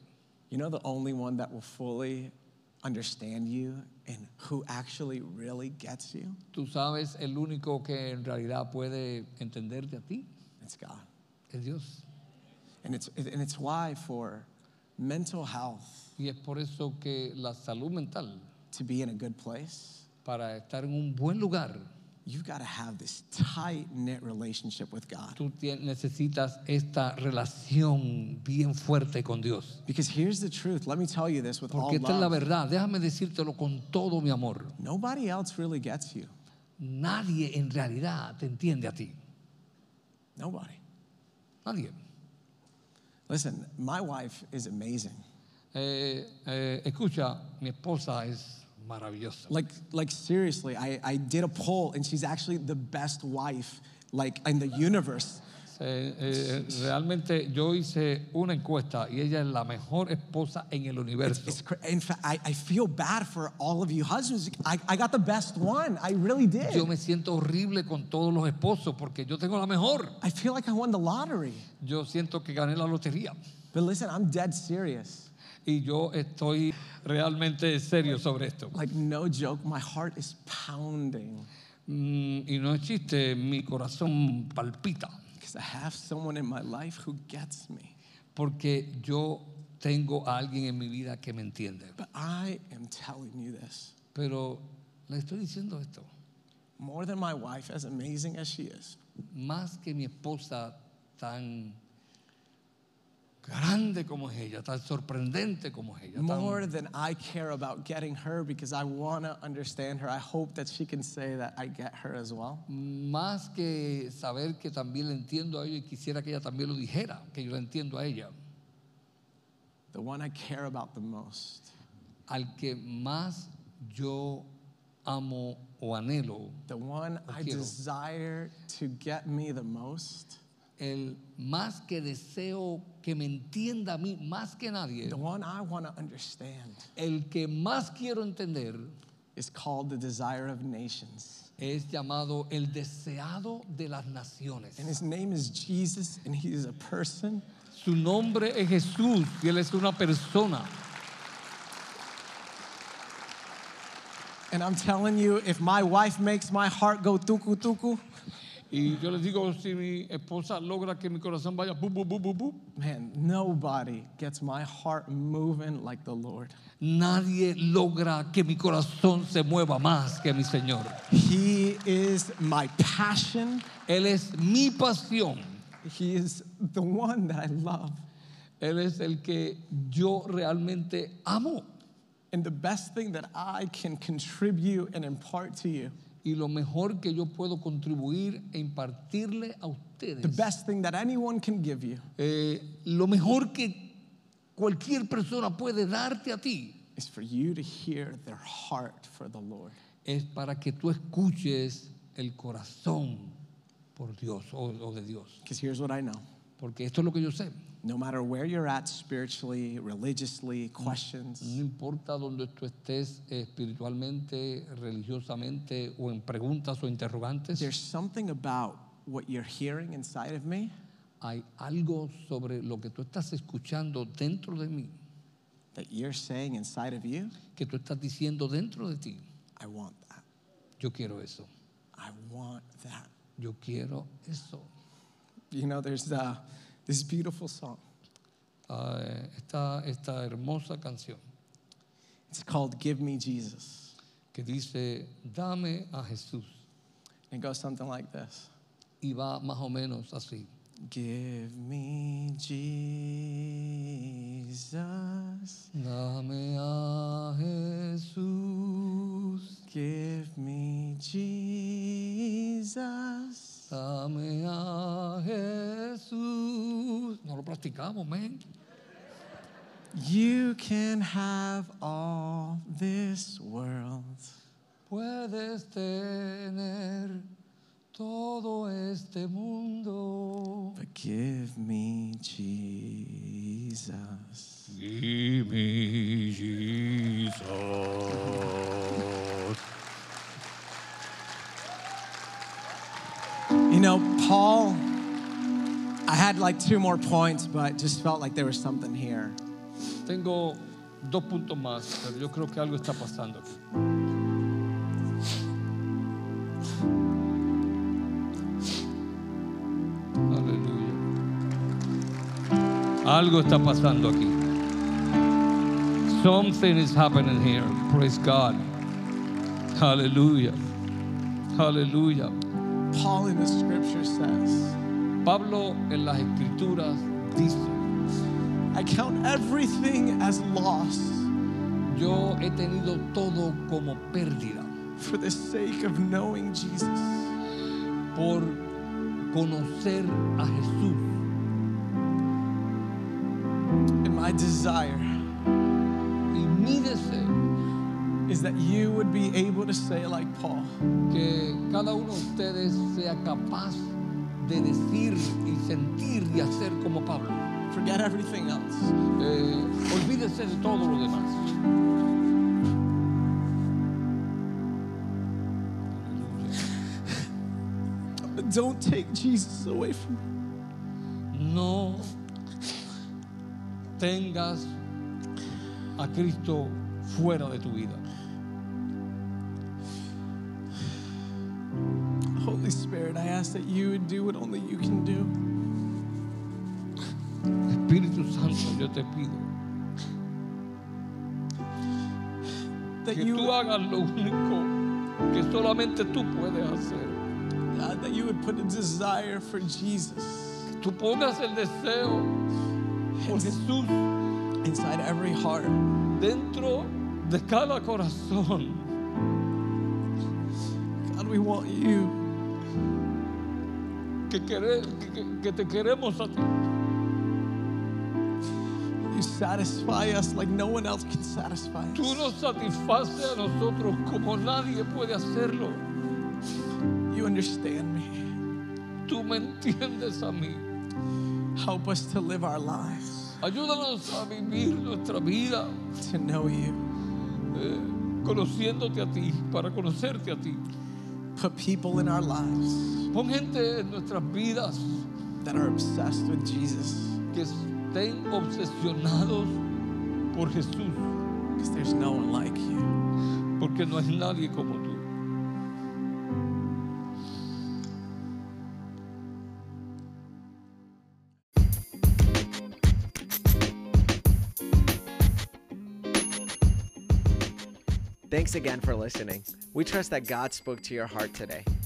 S2: You know the only one that will fully understand you and who actually really gets you?
S3: Tú sabes, el único que en realidad puede entenderte a ti
S2: It's God.
S3: es Dios.
S2: And it's, and it's why for mental health
S3: Y es por eso que la salud mental,
S2: to be in a good place,
S3: para estar en un buen lugar,
S2: you've got to have this tight knit relationship with God.
S3: tú tie- necesitas esta relación bien fuerte con Dios.
S2: Because here's the truth. Let me tell you this with all
S3: Porque esta es la
S2: love.
S3: verdad, déjame decírtelo con todo mi amor.
S2: Nobody else really gets you.
S3: Nadie en realidad te entiende a ti.
S2: Nobody.
S3: Nadie.
S2: Listen, my wife is amazing.
S3: Eh, eh, escucha, mi esposa es maravillosa. Eh,
S2: Like, like seriously, I, I did a poll and she's actually the best wife like in the universe.
S3: Eh, eh, realmente yo hice una encuesta y ella es la mejor esposa en el universo.
S2: It's cra- in fact, I, I feel bad for all of you husbands. I, I got the best one. I really did.
S3: Yo me siento horrible con todos los esposos porque yo tengo la mejor.
S2: I feel like I won the lottery.
S3: Yo siento que gané la lotería.
S2: But listen, I'm dead serious.
S3: Y yo estoy realmente serio sobre esto.
S2: Like, no joke, my heart is pounding
S3: Mm, y no es chiste, mi corazón palpita
S2: because I have someone in my life who gets me.
S3: porque yo tengo a alguien en mi vida que me entiende.
S2: But I am telling you this
S3: Pero le estoy diciendo esto.
S2: more than my wife, as amazing as she is,
S3: más que mi esposa tan grande como es ella, tan sorprendente como es ella, tan-
S2: more than I care about getting her because I want to understand her. I hope that she can say that I get her as well.
S3: más que saber que también la entiendo a ella y quisiera que ella también lo dijera, que yo la entiendo a ella,
S2: The one I care about the most
S3: al que más yo amo o anhelo,
S2: the one
S3: Lo
S2: I
S3: quiero.
S2: desire to get me the most,
S3: el más que deseo que me entienda a mí más que nadie,
S2: the one I want to understand,
S3: el que más quiero entender
S2: is called the desire of nations.
S3: es llamado el deseado de las naciones.
S2: And his name is Jesus, and he is a person.
S3: Su nombre es Jesús y él es una persona.
S2: And I'm telling you, if my wife makes my heart go tuku tuku,
S3: Y yo les digo, si mi esposa logra que mi corazón vaya bu, bu, bu, bu, bu,
S2: man, nobody gets my heart moving like the Lord.
S3: nadie logra que mi corazón se mueva más que mi Señor.
S2: He is my passion.
S3: Él es mi pasión.
S2: He is the one that I love.
S3: Él es el que yo realmente amo.
S2: And the best thing that I can contribute and impart to you,
S3: Y lo mejor que yo puedo contribuir e impartirle
S2: the
S3: a ustedes,
S2: best thing that anyone can give you,
S3: eh, lo mejor que cualquier persona puede darte a ti,
S2: is for you to hear their heart for the Lord.
S3: es para que tú escuches el corazón por Dios o, o de Dios.
S2: Because here's what I know
S3: Porque esto es lo que yo sé.
S2: no matter where you're at spiritually, religiously, questions,
S3: No importa donde tú estés eh, espiritualmente, religiosamente o en preguntas o interrogantes,
S2: there's something about what you're hearing inside of me
S3: hay algo sobre lo que tú estás escuchando dentro de mí,
S2: that you're saying inside of you.
S3: que tú estás diciendo dentro de ti.
S2: I want that.
S3: Yo quiero eso.
S2: I want that.
S3: Yo quiero eso.
S2: You know, there's uh, this beautiful song.
S3: Ah, eh, esta, esta hermosa canción
S2: It's called Give Me Jesus.
S3: que dice, dame a Jesús.
S2: And it goes something like this
S3: Y va más o menos así.
S2: Give me Jesus.
S3: Dame a Jesús,
S2: Give me Jesus.
S3: dame a Jesús. No lo practicamos, men.
S2: You can have all this world,
S3: Puedes tener todo este mundo.
S2: but give me Jesus.
S3: Give me Jesus.
S2: You know, Paul, I had like two more points, but just felt like there was something here.
S3: Tengo dos puntos más, pero yo creo que algo está pasando aquí. Aleluya. Algo está pasando aquí. Something is happening here. Praise God. Aleluya. Aleluya.
S2: Paul in the scripture says,
S3: Pablo en las escrituras dice.
S2: I count everything as loss
S3: Yo he tenido todo como pérdida
S2: for the sake of knowing Jesus.
S3: por conocer a Jesús.
S2: And my desire
S3: Y mi deseo
S2: is that you would be able to say, like Paul,
S3: que cada uno de ustedes sea capaz de decir y sentir y hacer como Pablo.
S2: forget everything else.
S3: Eh, olvídese de todo lo demás.
S2: But don't take Jesus away from me.
S3: No tengas a Cristo fuera de tu vida.
S2: Holy Spirit, I ask that you would do what only you can do.
S3: Espíritu Santo, yo te pido
S2: That
S3: que
S2: you,
S3: tú
S2: would-
S3: hagas lo único que solamente tú puedes hacer.
S2: God, that you would put a desire for Jesus
S3: Tú pongas el deseo por Jesús
S2: inside every heart.
S3: dentro de cada corazón.
S2: God, we want you.
S3: Que, quere- que- que- que te queremos a ti.
S2: You satisfy us like no one else can satisfy us.
S3: Tú nos satisfaces a nosotros como nadie puede hacerlo.
S2: You understand me.
S3: Tú me entiendes a mí.
S2: Help us to live our lives,
S3: Ayúdanos a vivir nuestra vida
S2: to know you.
S3: eh, conociéndote a ti, para conocerte a ti.
S2: Put people in our lives
S3: Pon gente en nuestras vidas
S2: that are obsessed with Jesus
S3: que estén obsesionados por Jesús,
S2: because there's no one like you.
S3: porque no es nadie como tú.
S1: Thanks again for listening. We trust that God spoke to your heart today.